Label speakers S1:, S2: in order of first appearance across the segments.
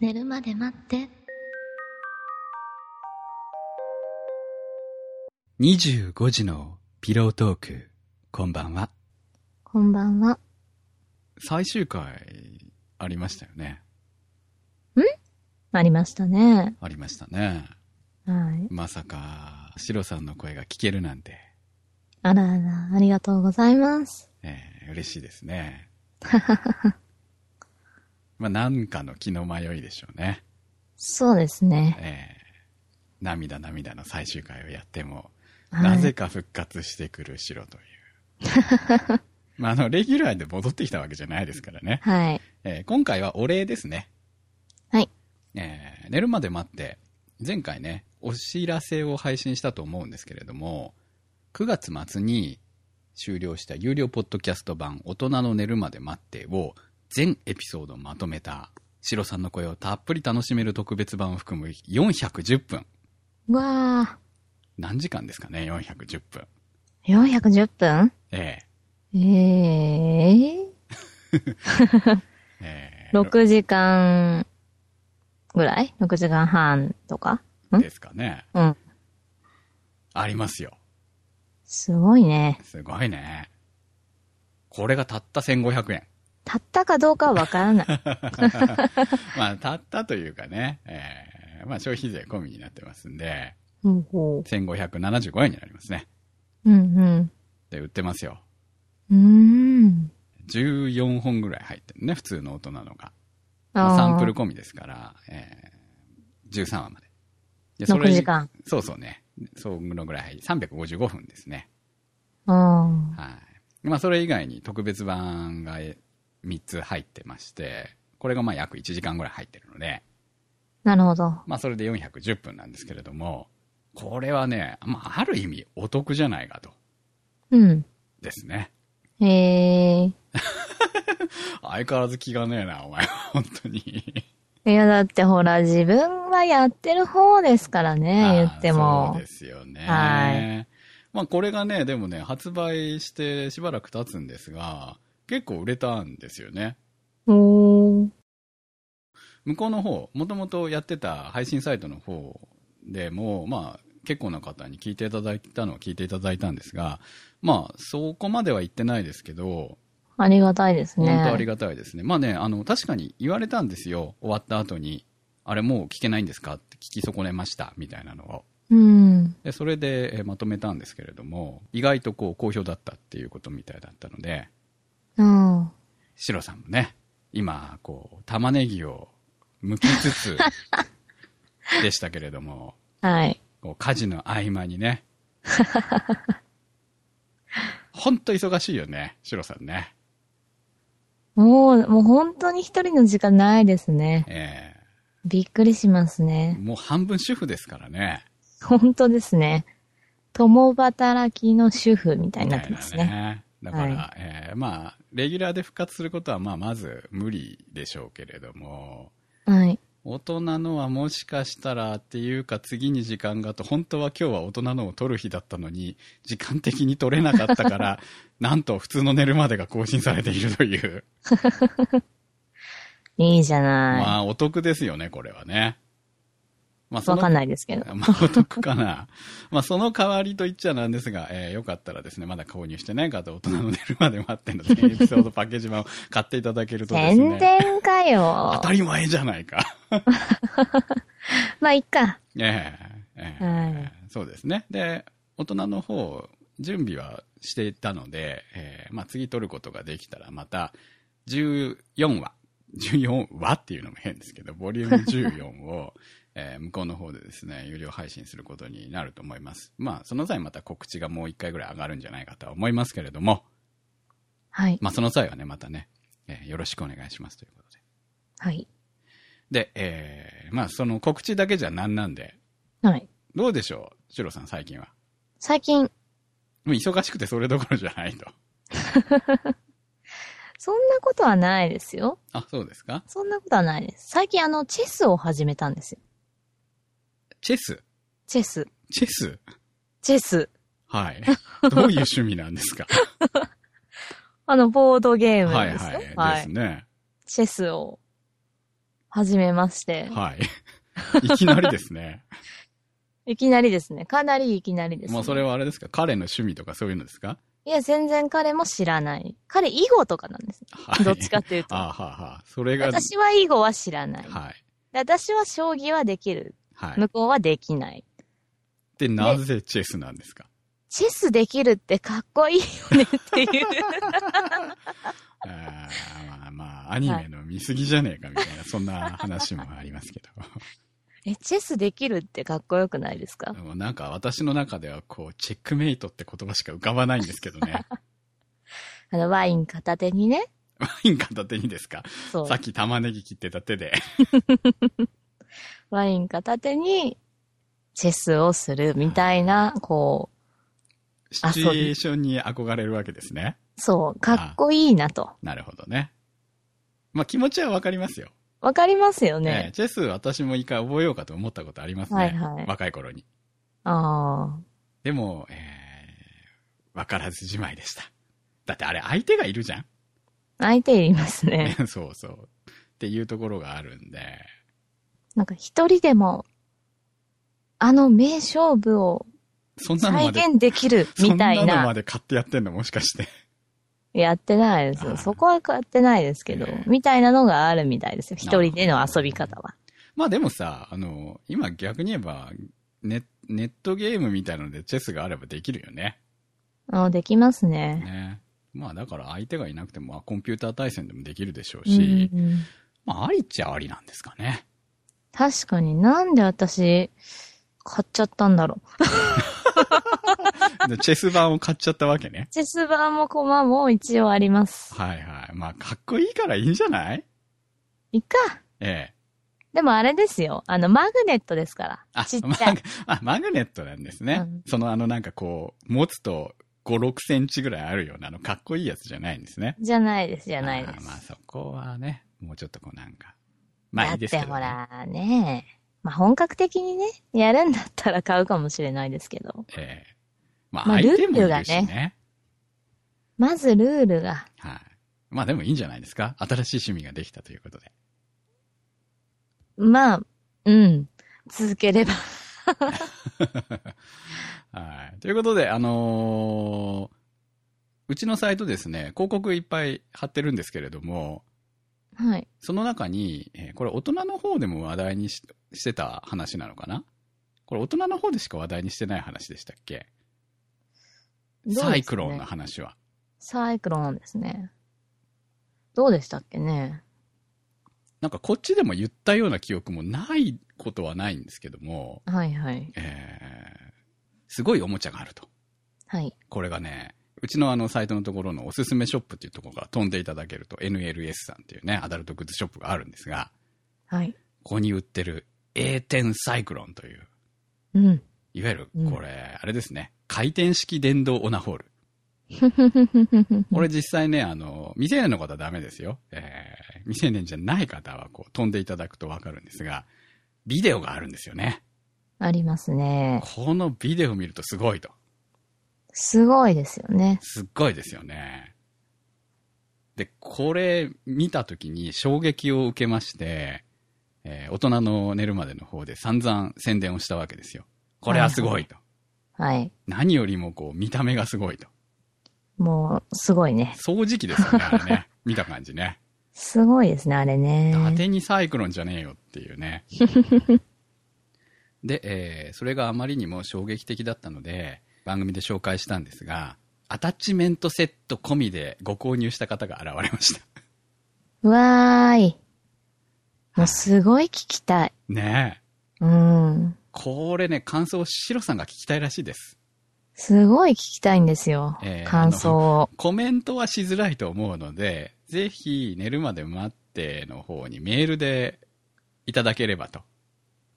S1: 寝るまで待って
S2: 25時のピロートーク、こんばんは。
S1: こんばんは
S2: 最終回、ありましたよね。
S1: ありましたね
S2: ありましたね。
S1: はい
S2: まさか、シロさんの声が聞けるなんて、
S1: あらあらありがとうございます
S2: えー嬉しいですね。 まあ、なんかの気の迷いでしょうね。
S1: そうですね
S2: えー涙涙の最終回をやっても、
S1: はい
S2: なぜか復活してくるシロという。 まあ、あの、レギュラーで戻ってきたわけじゃないですからね。
S1: はい
S2: えー今回はお礼ですね。
S1: はい
S2: えー寝るまで待って、前回ね、お知らせを配信したと思うんですけれども、9月末に終了した有料ポッドキャスト版大人の寝るまで待ってを全エピソードまとめた、シロさんの声をたっぷり楽しめる特別版を含む410分。
S1: わ
S2: 何時間ですかね、410分。
S1: ー410分
S2: え
S1: ええ
S2: ーえ
S1: ー、6時間ぐらい ?6 時間半とか
S2: ー
S1: ん
S2: ですかね。
S1: うん。
S2: ありますよ。
S1: すごいね。
S2: すごいね。これがたった1500円。
S1: たったかどうかはわからない。
S2: まあ、たったというかね、えーまあ、消費税込みになってますんで、
S1: うんほ
S2: 1575円になりますね。
S1: う。うん
S2: で、売ってますよ。
S1: うん。うーん。
S2: 14本ぐらい入ってるね、普通の大人のが。ま
S1: あ
S2: あ
S1: ー
S2: サンプル込みですから、えー13話まで。で
S1: 6時間。
S2: そうそうね。そのぐらい入り、355分ですね。
S1: あ
S2: はい。まあ、それ以外に特別版が3つ入ってまして、これがまあ約1時間ぐらい入ってるので、
S1: あ、なるほど。
S2: まあ、それで410分なんですけれども、これはね、まあ、ある意味お得じゃないかと。
S1: うん。
S2: ですね。
S1: ええ
S2: 相変わらず気がねえな、お前 は。本当に。
S1: ー。いや、だってほら、自分はやってる方ですからね、言
S2: あー
S1: っても
S2: そう。ですよね。
S1: は
S2: まあ、これがね、でもね、発売してしばらく経つんですが、結構売れたんですよね。
S1: おー。
S2: 向こうの方、もともとやってた配信サイトの方でも、まあ、結構な方に聞いていただいたのは聞いていただいたんですが、まあ、そこまでは言ってないですけど、
S1: ありがたいですね。
S2: 本当ありがたいですね。まあね、あの、確かに言われたんですよ。終わった後に、あれもう聞けないんですかって聞き損ねました、みたいなのを。
S1: うん。
S2: で、それでえーまとめたんですけれども、意外とこう、好評だったっていうことみたいだったので、
S1: うん。
S2: シロさんもね、今、こう、玉ねぎを剥きつつ、でしたけれども、
S1: はい。
S2: こう家事の合間にね。ほんと忙しいよね、シロさんね。
S1: もう、もう本当に一人の時間ないですね。
S2: え
S1: びっくりします
S2: え
S1: ね。
S2: もう半分主婦ですからね。
S1: 本当ですね。共働きの主婦みたいになってますね。
S2: みたいなねだから、
S1: は
S2: えーまあ、レギュラーで復活することは、まあ、まず無理でしょうけれども、
S1: はい。
S2: 大人のはもしかしたらっていうか次に時間がと、本当は今日は大人のを取る日だったのに、時間的に取れなかった から、なんと普通の寝るまでが更新されているという。
S1: いいじゃない。
S2: まあ、お得ですよね、これはね。まあ、そ
S1: わ
S2: の
S1: かんないですけど。
S2: まあ、お得かな。 まあ、その代わりと言っちゃなんですが、えーよかったらですね、まだ購入してない方、大人の寝るまで待ってんので、エピソードパッケージ版を買っていただけるとです
S1: 宣
S2: ね、
S1: 伝か
S2: 当
S1: よ。
S2: たり前じゃないか。
S1: まあ、いっか。
S2: ええええ
S1: はい
S2: そうですね。で、大人の方、準備はしていたので、えーまあ、次撮ることができたら、また、14話、14話っていうのも変ですけど、ボリューム14を、 えー向こうの方でですね、有料配信することになると思います。まあ、その際また告知がもう一回ぐらい上がるんじゃないかとは思いますけれども、
S1: はい。
S2: まあ、その際はね、またね、えーよろしくお願いしますということで。
S1: はい。
S2: で、えーまあ、その告知だけじゃなんなんで、
S1: はい。
S2: どうでしょう、シロさん最近は。
S1: 最近、
S2: もう忙しくてそれどころじゃないと。
S1: そんなことはないですよ。
S2: あ、そうですか
S1: そんなことはないです。最近、あの、チェスを始めたんですよ。
S2: チェス
S1: チェス。
S2: チェス
S1: チェス。
S2: はい。どういう趣味なんですか
S1: あの、ボードゲーム
S2: はい
S1: です
S2: は
S1: よ。
S2: い。ですね。
S1: チェスをはじめまして。
S2: はい。い きなりですね。
S1: いきなりですね。かなりいきなりです、ね。
S2: もうそれはあれですか彼の趣味とかそういうのですか
S1: いや、全然彼も知らない。彼、囲碁とかなんです。
S2: はい。
S1: どっちかっていうと。
S2: あーはーはーそれが、
S1: 私は囲碁は知らない。
S2: はい。
S1: で私は将棋はできる。
S2: はい
S1: 向。こうはできない。
S2: で、なぜチェスなんですか
S1: チェスできるってかっこいいよねって いう。
S2: あーまあまあ、アニメの見過ぎじゃねえかみたいな、そんな話もありますけ
S1: え、チェスできるってかっこよくないですか
S2: ど。もうなんか私の中ではこう、チェックメイトって言葉しか浮かばないんですけど ね。
S1: あの、ワイン片手にね。
S2: ワイン片手にですか
S1: そう
S2: さ。っき玉ねぎ切ってた手で。
S1: ワイン片手に、チェスをするみたいな、こ
S2: シ
S1: あ
S2: チ
S1: そう
S2: ュエーションに憧れるわけですね。
S1: う、そう、かっこいいなと。
S2: なるほどね。まあ気持ちはわかりますよ。
S1: わかりますよ
S2: ね
S1: ね。
S2: チェス私も一回覚えようかと思ったことありますね。
S1: はいはい
S2: 若い頃に。
S1: あ
S2: でも、えー、わからずじまいでした。だってあれ相手がいるじゃん
S1: あ。相手いますね。
S2: そうそう。っていうところがあるんで。
S1: なんか一人でも、あの名勝負を
S2: そんなの
S1: 再
S2: まで、
S1: 現できる
S2: そ
S1: み
S2: ん
S1: た
S2: ないの
S1: な。
S2: まで買ってやってんのもしかして。
S1: やってないで
S2: あー
S1: す。そこはやってないですけど
S2: ええ、
S1: みたいなのがあるみたいですよ。
S2: なるほ
S1: 一
S2: ど
S1: 人での遊び方は。
S2: まあでもさ、あの、今逆に言えば、ネネットゲームみたいなのでチェスがあればできるよね。
S1: あのできますね。
S2: ね。まあだから相手がいなくても、まあコンピューター対戦でもできるでしょう
S1: うん
S2: し、
S1: うん
S2: まあありっちゃありなんですかね。
S1: 確かになんで私、買っちゃったんだろう。
S2: でチェス版を買っちゃったわけね。
S1: チェス盤もコマも一応あります。
S2: はいはい。まあかっこいいからいいんじゃない
S1: いっか。
S2: ええ。
S1: でもあれですよ。あの、マグネットですから。
S2: あ
S1: ちっ、
S2: マ
S1: ちゃい
S2: グ。あマグネットなんです
S1: う
S2: ね。
S1: ん
S2: そのあのなんかこう、持つと5、6センチぐらいあるようなあのかっこいいやつじゃないんですね。
S1: じゃないです、じゃないで
S2: あー
S1: す。
S2: まあそこはね、もうちょっとこうなんか。まあいいです
S1: だっ
S2: け
S1: て
S2: ど、
S1: ほ
S2: ね。
S1: らね、まあ本格的にね、やるんだったら買うかもしれないですけど。
S2: ええまあ
S1: まあ
S2: 相手も
S1: ル
S2: い
S1: ールが
S2: るしね。
S1: ねまずルールが、
S2: はい。まあでもいいんじゃないですか新しい趣味ができたということで。
S1: まあ、うん、続ければ。
S2: はい。ということで、あのーうちのサイトですね、広告いっぱい貼ってるんですけれども、
S1: はい。
S2: その中に、えーこれ大人の方でも話題にししてた話なのかなこれ大人の方でしか話題にしてない話でしたっけ、
S1: どうですかね
S2: サイクロンの話は。
S1: サイクロンですね。どうでしたっけね。
S2: なんかこっちでも言ったような記憶もないことはないんですけども、
S1: はいはい。
S2: えーすごいおもちゃがあると。
S1: はい。
S2: これがね、うちのあのサイトのところのおすすめショップっていうところから飛んでいただけると NLS さんっていうね、アダルトグッズショップがあるんですが、
S1: はい。
S2: ここに売ってる A10 サイクロンという、
S1: うん。
S2: いわゆる
S1: うん
S2: これ、あれですね、回転式電動オナホール。 これ実際ね、あの、未成年の方はダメですよ。えー未成年じゃない方はこう飛んでいただくとわかるんですが、ビデオがあるんですよね。
S1: ありますね。
S2: このビデオ見るとすごいと。
S1: すごいですよね。
S2: すっごいですよね。で、これ見たときに衝撃を受けまして、えー大人の寝るまでの方で散々宣伝をしたわけですよ。これはすごいと。
S1: はい。
S2: 何よりもこう見た目がすごいと。
S1: もう、すごいね。
S2: 掃除機ですよね、あれ ね。見た感じね。
S1: すごいですね、あれ
S2: 伊
S1: ね。
S2: 達にサイクロンじゃねえよっていう ね。で、えーそれがあまりにも衝撃的だったので、番組で紹介したんですが、アタッチメントセット込みでご購入した方が現れました。
S1: わーい。もう、すごい聞きたい。
S2: ねえ。
S1: うん。
S2: これね、感想をシロさんが聞きたいらしいです。
S1: すごい聞きたいんですよ。
S2: えー
S1: 感想を。
S2: コメントはしづらいと思うので、ぜひ、寝るまで待っての方にメールでいただければと。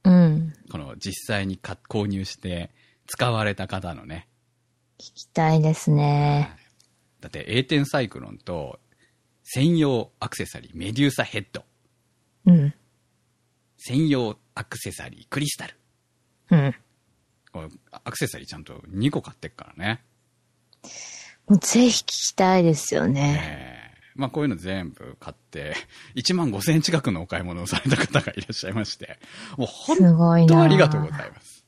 S1: うん。
S2: この実際に買購入して使われた方のね。
S1: 聞きたいですね。
S2: だって、A10 サイクロンと専用アクセサリー、メデューサヘッド、
S1: うん。
S2: 専用アクセサリー、クリスタル。
S1: うん。
S2: これアクセサリーちゃんと2個買ってっからね。
S1: もうぜひ聞きたいですよね。
S2: ええまあこういうの全部買って、1万5千円近くのお買い物をされた方がいらっしゃいまして、もう本
S1: すごい
S2: 本当
S1: な。
S2: ありがとうございます。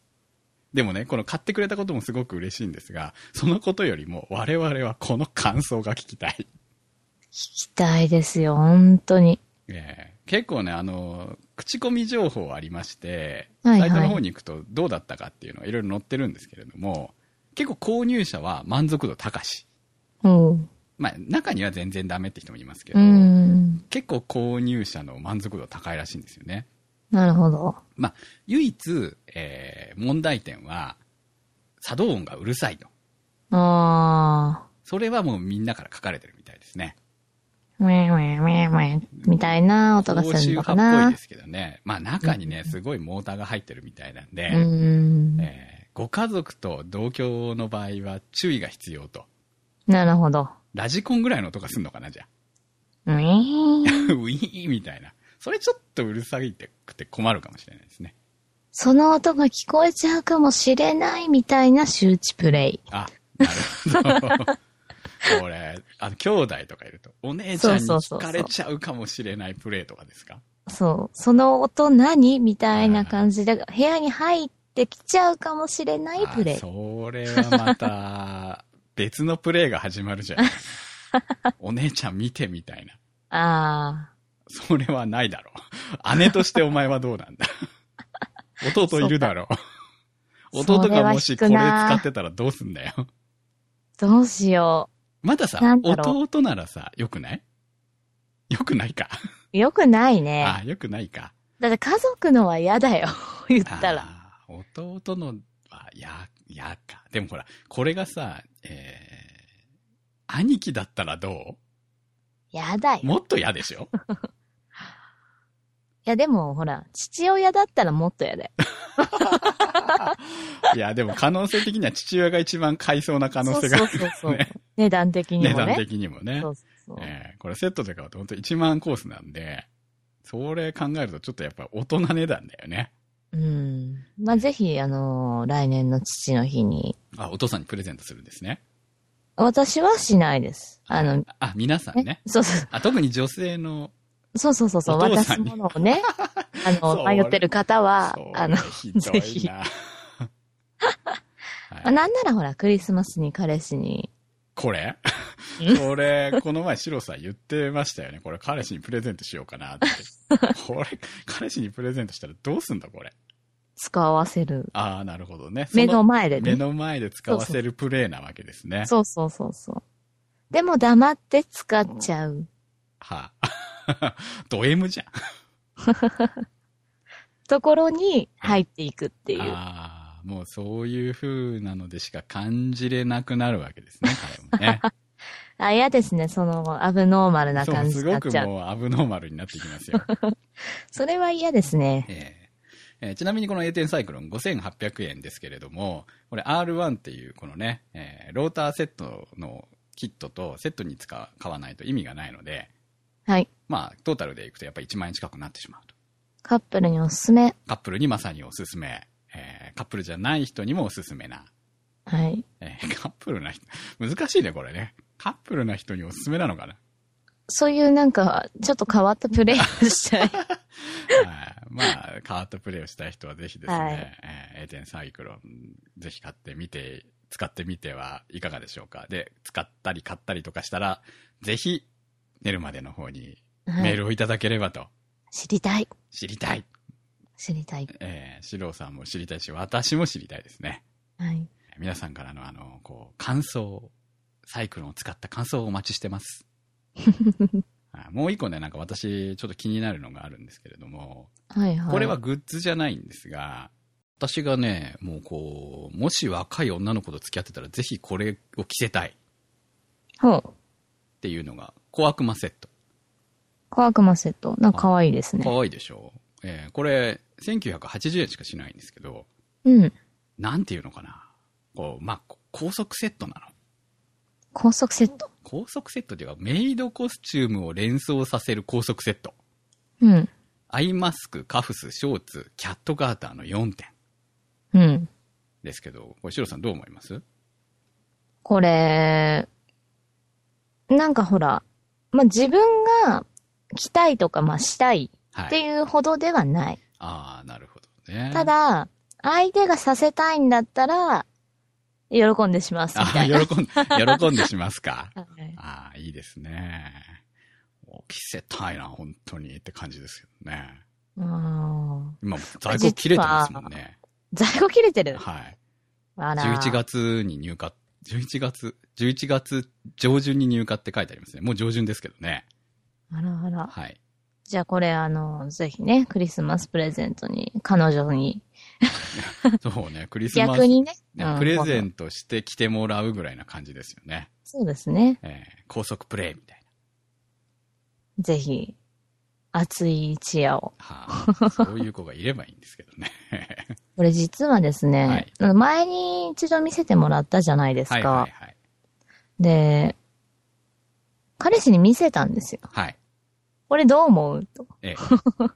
S2: でもね、この買ってくれたこともすごく嬉しいんですが、そのことよりも我々はこの感想が聞きたい。
S1: 聞きたいですよ、本当に。
S2: ええ結構ね、あの、口コミ情報ありまして、
S1: はいはい
S2: サイトの方に行くとどうだったかっていうのがいろいろ載ってるんですけれども、結構購入者は満足度高し。
S1: うん。
S2: まあ中には全然ダメって人もいますけど、
S1: うん。
S2: 結構購入者の満足度高いらしいんですよね。
S1: なるほど。
S2: まあ、唯一、えー問題点は、作動音がうるさいと。
S1: あ
S2: それはもうみんなから書かれてるみたいですね。
S1: ー、ウェイウェイウェイウェイみたいな音がするのか
S2: 高周波っぽい
S1: な
S2: で。すけどね。まあ中にね、すごいモーターが入ってるみたいなんで、
S1: うん。
S2: えーご家族と同居の場合は注意が必要と。
S1: なるほど。
S2: ラジコンぐらいの音がすんのかな、じゃあ。
S1: うー ん
S2: ウィーンみたいな。それちょっとうるさいってくて困るかもしれないですね。
S1: その音が聞こえちゃうかもしれないみたいな周知プレイ。
S2: あ、なるほど。これ、あの、兄弟とかいると、お姉ちゃんに
S1: そうそうそ
S2: 聞
S1: うそ
S2: か
S1: う
S2: れちゃうかもしれないプレイとかですか
S1: そう。その音何みたいな感じで、部屋に入ってきちゃうかもしれないプレ
S2: あ
S1: イ。
S2: それはまた、別のプレイが始まるじゃないですか。お姉ちゃん見てみたいな。
S1: あ
S2: それはないだろう。姉としてお前はどうなんだ。弟いるだろ
S1: そ
S2: う。
S1: うか
S2: 弟がもしこれ
S1: それは引くな
S2: 使ってたらどうすんだよ。
S1: あ、どうしよ
S2: まださ
S1: なん、だろ
S2: 弟ならさ、よくないよくないか。
S1: う。よくないね。
S2: あ、よくないか。
S1: だって家族のは嫌 だよ。言ったら。
S2: あー。弟のは、や、やか。でもほら、これがさ、えー、兄貴だったらど
S1: 嫌だよ
S2: う。もっと嫌で しょ
S1: いやでもほら、父親だったらもっと嫌だよ。
S2: いや、でも可能性的には父親が一番買いそうな可能性がある
S1: そうそうそうそう
S2: ね
S1: 値段的に
S2: 値
S1: も
S2: 段
S1: ね。
S2: 的にもね
S1: そ。うそうそう。
S2: えーこれセットで買うと本当1万コースなんで、それ考えるとちょっとやっぱ大人値段だよね。
S1: うん。まあ、ぜひ、あのー来年の父の日に。
S2: あ、お父さんにプレゼントするんですね。
S1: 私はしないです。あの、
S2: あ、皆さんね。
S1: そうそう
S2: あ、特に女性の、
S1: そうそうそうそう、
S2: お父
S1: 渡
S2: さん
S1: す
S2: に
S1: ものをね、あ
S2: そ
S1: の、
S2: う
S1: 迷ってる方は
S2: そう、
S1: あの、
S2: ひど
S1: ぜ
S2: い
S1: ひ
S2: な。はい
S1: まあなんならほら、クリスマスに彼氏に、
S2: これ
S1: う
S2: これ、この前、シロさん言ってましたよね。これ、彼氏にプレゼントしようかな って。これ、彼氏にプレゼントしたらどうすんだ、これ。
S1: 使わせる。
S2: ああ、なるほどね。そ
S1: 目の前で
S2: 目
S1: ね。
S2: の前で使わせるプレイなわけですね。
S1: そうそうそうそう。でも黙って使っちゃう。
S2: はあ。 ド M じゃん。
S1: ところに入っていくっていう。
S2: ああ、もうそういう風なのでしか感じれなくなるわけですね、彼もね。
S1: あ、嫌ですね。 その、アブノーマルな
S2: そ
S1: 感
S2: う、
S1: じ
S2: す
S1: にな
S2: ご
S1: っ
S2: く
S1: ちゃう。
S2: もうアブノーマルになってきますよ。
S1: それは嫌ですね。
S2: えええーちなみにこの A 点サイクロン5800円ですけれども、これ R1 っていうこのね、えーローターセットのキットとセットに使わ買わないと意味がないので、
S1: はい。
S2: まあトータルでいくとやっぱり1万円近くなってしまうと。
S1: カップルにおすすめ。
S2: カップルにまさにおすすめ、えーカップルじゃない人にもおすすめな、
S1: はい。
S2: えーカップルな人、難しいねこれね。カップルな人におすすめなのかな。
S1: そういうなんか、ちょっと変わったプレイを したい。
S2: はいまあ、カートプレイをしたい人はぜひですね、
S1: はい
S2: えー、A 点サイクロン、ぜひ買ってみて、使ってみてはいかがでしょうか。で、使ったり買ったりとかしたら、ぜひ、寝るまでの方に
S1: は
S2: メー
S1: い、
S2: ルをいただければと、
S1: 知りたい。
S2: 知りたい。
S1: 知りたい。
S2: えー、シローさんも知りたいし、私も知りたいですね。
S1: はい。
S2: 皆さんからのあの、こう、感想、サイクロンを使った感想をお待ちしてます。 あもう一個ね、なんか私、ちょっと気になるのがあるんですけれども、
S1: はいはい。
S2: これは、グッズじゃないんですが、私がね、もうこう、もし若い女の子と付き合ってたら、ぜひこれを着せたい
S1: ほう。
S2: っていうのが、小悪魔セット。
S1: 小悪魔セット。なんか可愛いです
S2: か
S1: ね。
S2: わいいでしょう、えーこれ、1980円しかしないんですけど、
S1: うん。
S2: なんていうのかな。こう、まあ、こ高速セットなの。
S1: 高速セット。
S2: 高速セットっていうか、メイドコスチュームを連想させる高速セット。
S1: うん。
S2: アイマスク、カフス、ショーツ、キャットガーターの4点
S1: うん。
S2: ですけど、これ、シロさんどう思います
S1: これ、なんかほら、まあ自分が着たいとか、まあしたい
S2: は
S1: って
S2: い。
S1: いうほどではない。
S2: ああ、なるほどね。
S1: た、だ、相手がさせたいんだったら、喜んでしますみ
S2: あ
S1: た
S2: あ、
S1: いな。
S2: 喜ん、喜んでしますか。
S1: はい
S2: ああ、いいですね。お着せたいな、本当にって感じですよね。
S1: うん
S2: 今、在庫切れてますもんね。
S1: 在庫切れてる。
S2: はい。
S1: あら。
S2: 11。月に入荷、11月、11月上旬に入荷って書いてありますね。もう上旬ですけどね。
S1: あらあら。
S2: はい。
S1: じゃあこれあの、ぜひね、クリスマスプレゼントに、彼女に。
S2: そ うね、クリスマス、
S1: 逆にね。うん
S2: プレゼントして着てもらうぐらいな感じですよね。
S1: そうですね。
S2: えー高速プレイみたいな。
S1: ぜひ、熱い一夜を。
S2: は あ、そういう子がいればいいんですけどね。
S1: これ実はですね、前に一度見せてもらったじゃないですか。
S2: はいはいはい。
S1: で、彼氏に見せたんですよ。
S2: はい。
S1: これどう思うと。
S2: ええ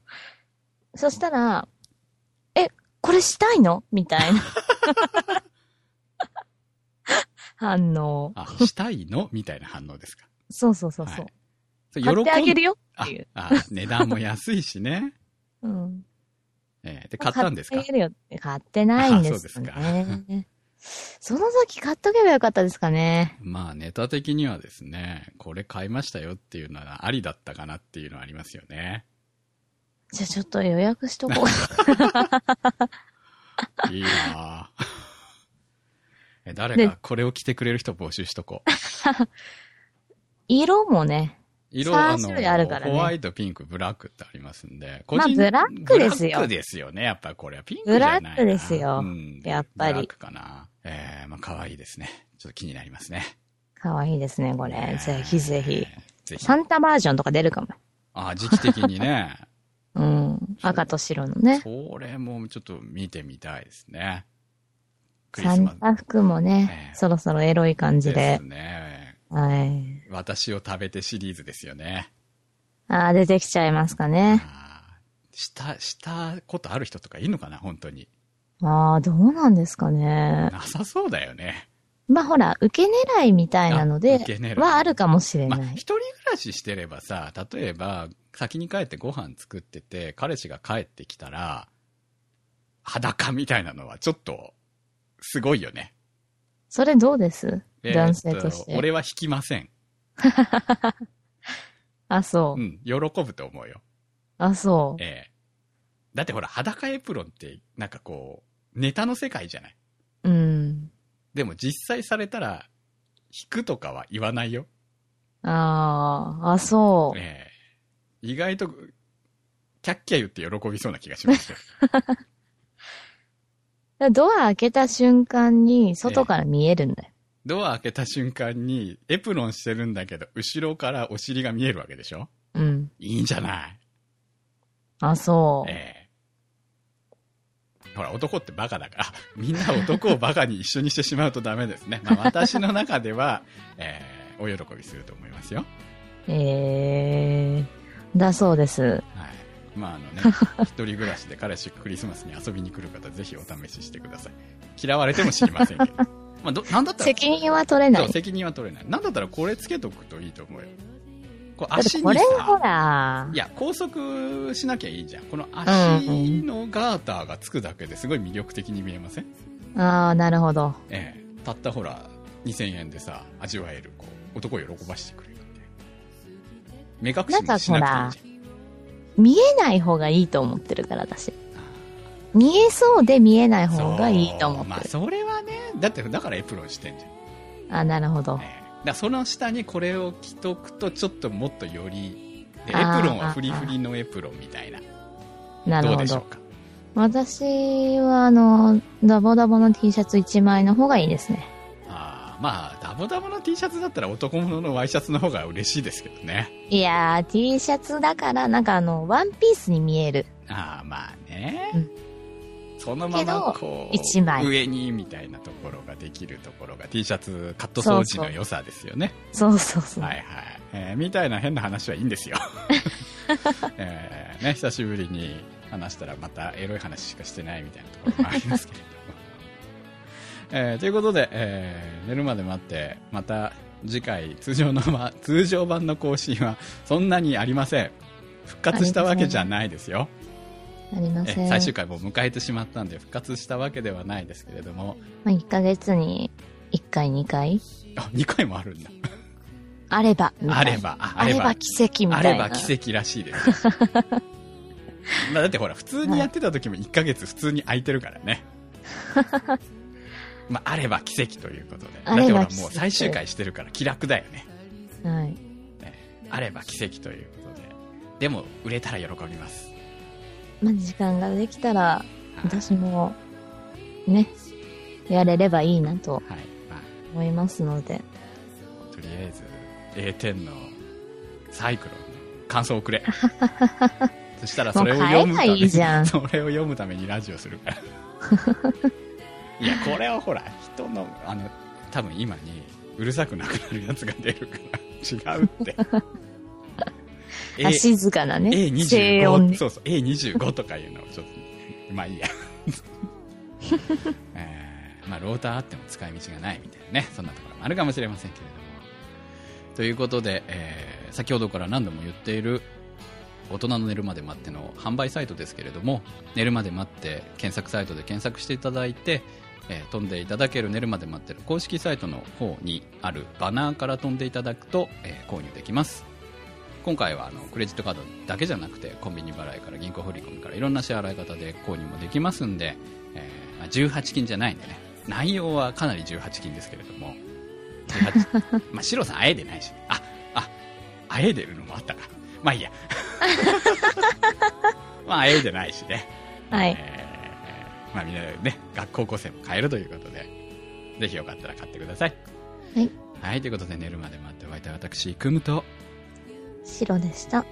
S1: そしたら、え、これしたいのみた いな。反応。
S2: あ、したいのみたいな反応ですか。
S1: そうそうそうそう。
S2: それ
S1: 買ってあげるよっ
S2: あ
S1: ていう。
S2: あ、値段も安いしね。
S1: うん。
S2: ええで、買ったんですか
S1: 買ってあげるよって買ってないんですよ
S2: あ
S1: ね。 その時買っとけばよかったですかね。
S2: まあ、ネタ的にはですね、これ買いましたよっていうのはありだったかなっていうのはありますよね。
S1: じゃあちょっと予約しとこう。
S2: いいなぁ え誰かこれを着てくれる人募集し とこう。
S1: 色もね。
S2: 色、
S1: 三
S2: あの、
S1: 種類あるからね
S2: ホワイト、ピンク、ブラックってありますんで。
S1: まあブラックですよ
S2: ブラックですよね。やっぱこれはピンクじゃないな。
S1: ブラックですよ
S2: うん
S1: やっぱり
S2: ブラックかな。えー、まあ可愛いですね。ちょっと気になりますね。
S1: かわいいですね、これ。
S2: えー
S1: ぜひぜひ。。
S2: ぜひ。
S1: サンタバージョンとか出るかも。
S2: あ、時期的にね。
S1: うん。赤と白のね。
S2: それもちょっと見てみたいですね。クリ
S1: サ
S2: ス
S1: ン
S2: マス
S1: タ服も
S2: え
S1: ね
S2: え、
S1: そろそろエロい感じで
S2: で。
S1: す
S2: ね。
S1: はい。
S2: 私を食べてシリーズですよね。
S1: ああ、出てきちゃいますかね。
S2: あーした、したことある人とかいるのかな本当に。
S1: ああ、どうなんですかね。
S2: なさそうだよね。
S1: まあほら、受け狙いみたいなの
S2: あ
S1: で
S2: 受け狙い、
S1: はあるかもしれ
S2: まあ、
S1: な
S2: 一
S1: い。
S2: 人暮らししてればさ、例えば、先に帰ってご飯作ってて、彼氏が帰ってきたら、裸みたいなのはちょっと、すごいよね。
S1: それどうです
S2: えー
S1: 男性とし
S2: えっ俺
S1: て。
S2: は引きません。
S1: あ、そうう。
S2: ん、喜ぶと思うよ。
S1: あ、そう。
S2: ええだってほら、裸エプロンって、なんかこう、ネタの世界じゃない。
S1: うん。
S2: でも実際されたら、引くとかは言わないよ。
S1: ああ、あ、そう。
S2: ええ意外と、キャッキャ言って喜びそうな気が しますよ。
S1: ドア開けた瞬間に外から見えるんだよ。
S2: ドア開けた瞬間にエプロンしてるんだけど、後ろからお尻が見えるわけでしょ
S1: うん。
S2: いいんじゃない
S1: あ、そう。
S2: ええほら、男ってバカだから、 あみんな男をバカに一緒にしてしまうとダメですね。まあ、私の中では、 ええお喜びすると思いますよ。
S1: ええだそうです。
S2: はい。まあ、あ のね、一人暮らしで彼氏クリスマスに遊びに来る方、ぜひお試ししてください。嫌われても知りません けど。まあ、ど、なんだったら、
S1: 責任は取れな
S2: そう
S1: い。
S2: 責任は取れない。なんだったらこれつけとくといいと思うよ。こう
S1: だって
S2: 足に
S1: これ
S2: さ
S1: ほら
S2: い、や、拘束しなきゃいいじゃん。この足のガーターがつくだけですごい魅力的に見えません、
S1: ああ、なるほど。
S2: ええ。たったほら、2000円でさ、味わえる、こう、男を喜ばしてくれるって。目隠しもしなくていいじ
S1: 見えない方がいいと思ってるから、私。
S2: ゃん。
S1: 見えそうで見えない
S2: ああ
S1: 方がいいと思
S2: そうま
S1: っ
S2: あ、
S1: てる。
S2: それはね、だって、だからエプロンしてんじゃん。
S1: あ、なるほど
S2: え。えだからその下にこれを着とくと、ちょっともっとより、でエプ
S1: ああ
S2: ロンはフリフリのエプロンみたいな。
S1: なる
S2: どう
S1: ほ
S2: でしょう
S1: ど。
S2: か。
S1: 私は、あの、ダボダボの T シャツ1枚の方がいいですね。
S2: あーまあ、ダボダボの T シャツだったら男物のワイシャツの方が嬉しいですけどね。
S1: いやー、T シャツだから、なんかあの、ワンピースに見える。
S2: ああ、まあね。
S1: うん
S2: そのままこう、
S1: けど一枚
S2: 上にみたいなところができるところが T シャツカット掃除の良さですよね。
S1: そうそうそう。
S2: はいはい、えーみたいな変な話はいい んですよ。えーね、久しぶりに話したらまたエロい話しかしてないみたいなところも ありますけれども。えーということで、えー寝るまで待って、また次回、通常の、ま、通常版の更新はそんなにありません。復活したわけじゃないですよ。
S1: ありませ
S2: え
S1: ん。
S2: 最終回も迎えてしまったんで、復活したわけではないですけれども、
S1: まあ、1ヶ月に1回、2回
S2: あ、2回もあるんだ。
S1: あれば、みたいな
S2: あれば、あ
S1: あれば奇跡み
S2: あ
S1: たい
S2: れ
S1: な。
S2: ば奇跡らしいです。まあだってほら、普通にやってた時も1ヶ月普通に空いてるからね。 まあ、あれば奇跡ということで。だ
S1: あ
S2: って
S1: れ
S2: ほ
S1: ば
S2: ら、
S1: 奇跡
S2: もう最終回してるから気楽だよね。
S1: はい。
S2: あれば奇跡ということで。でも、売れたら喜びます。
S1: まあ、時間ができたら、
S2: はい。
S1: 私も、ね、やれればいいなと
S2: はいまあ
S1: 思いますので、
S2: とりあえず、A 点のサイクロンの感想を くれ。そしたらそれを読むた
S1: もう買えば
S2: め
S1: いい
S2: に、
S1: じゃん
S2: それを読むためにラジオする から。いや、これはほら、人の、あの、多分今に、うるさくなくなるやつが出るから、違う って。A
S1: あ静かなね、静音
S2: A25
S1: ね。
S2: そうそう A25 とかいうのをちょっとまあいいや えーまあローターあっても使い道がないみたいなねそんなところもあるかもしれませんけれどもということで、えー先ほどから何度も言っている大人の寝るまで待っての販売サイトですけれども寝るまで待って検索サイトで検索していただいて、えー飛んでいただける寝るまで待ってる公式サイトの方にあるバナーから飛んでいただくと、えー購入できます今回はあのクレジットカードだけじゃなくてコンビニ払いから銀行振り込みからいろんな支払い方で購入もできますんで、えーまあ、18金じゃないんでね内容はかなり18金ですけれども18 まあシロさんあえでないし、ね、あああえでるのもあったかまあいいや まああえでないしね
S1: はい
S2: えーまあみんなね学校高校生も買えるということでぜひよかったら買ってください
S1: はい、
S2: はい、ということで寝るまで待っておいた私くむと
S1: 白でした。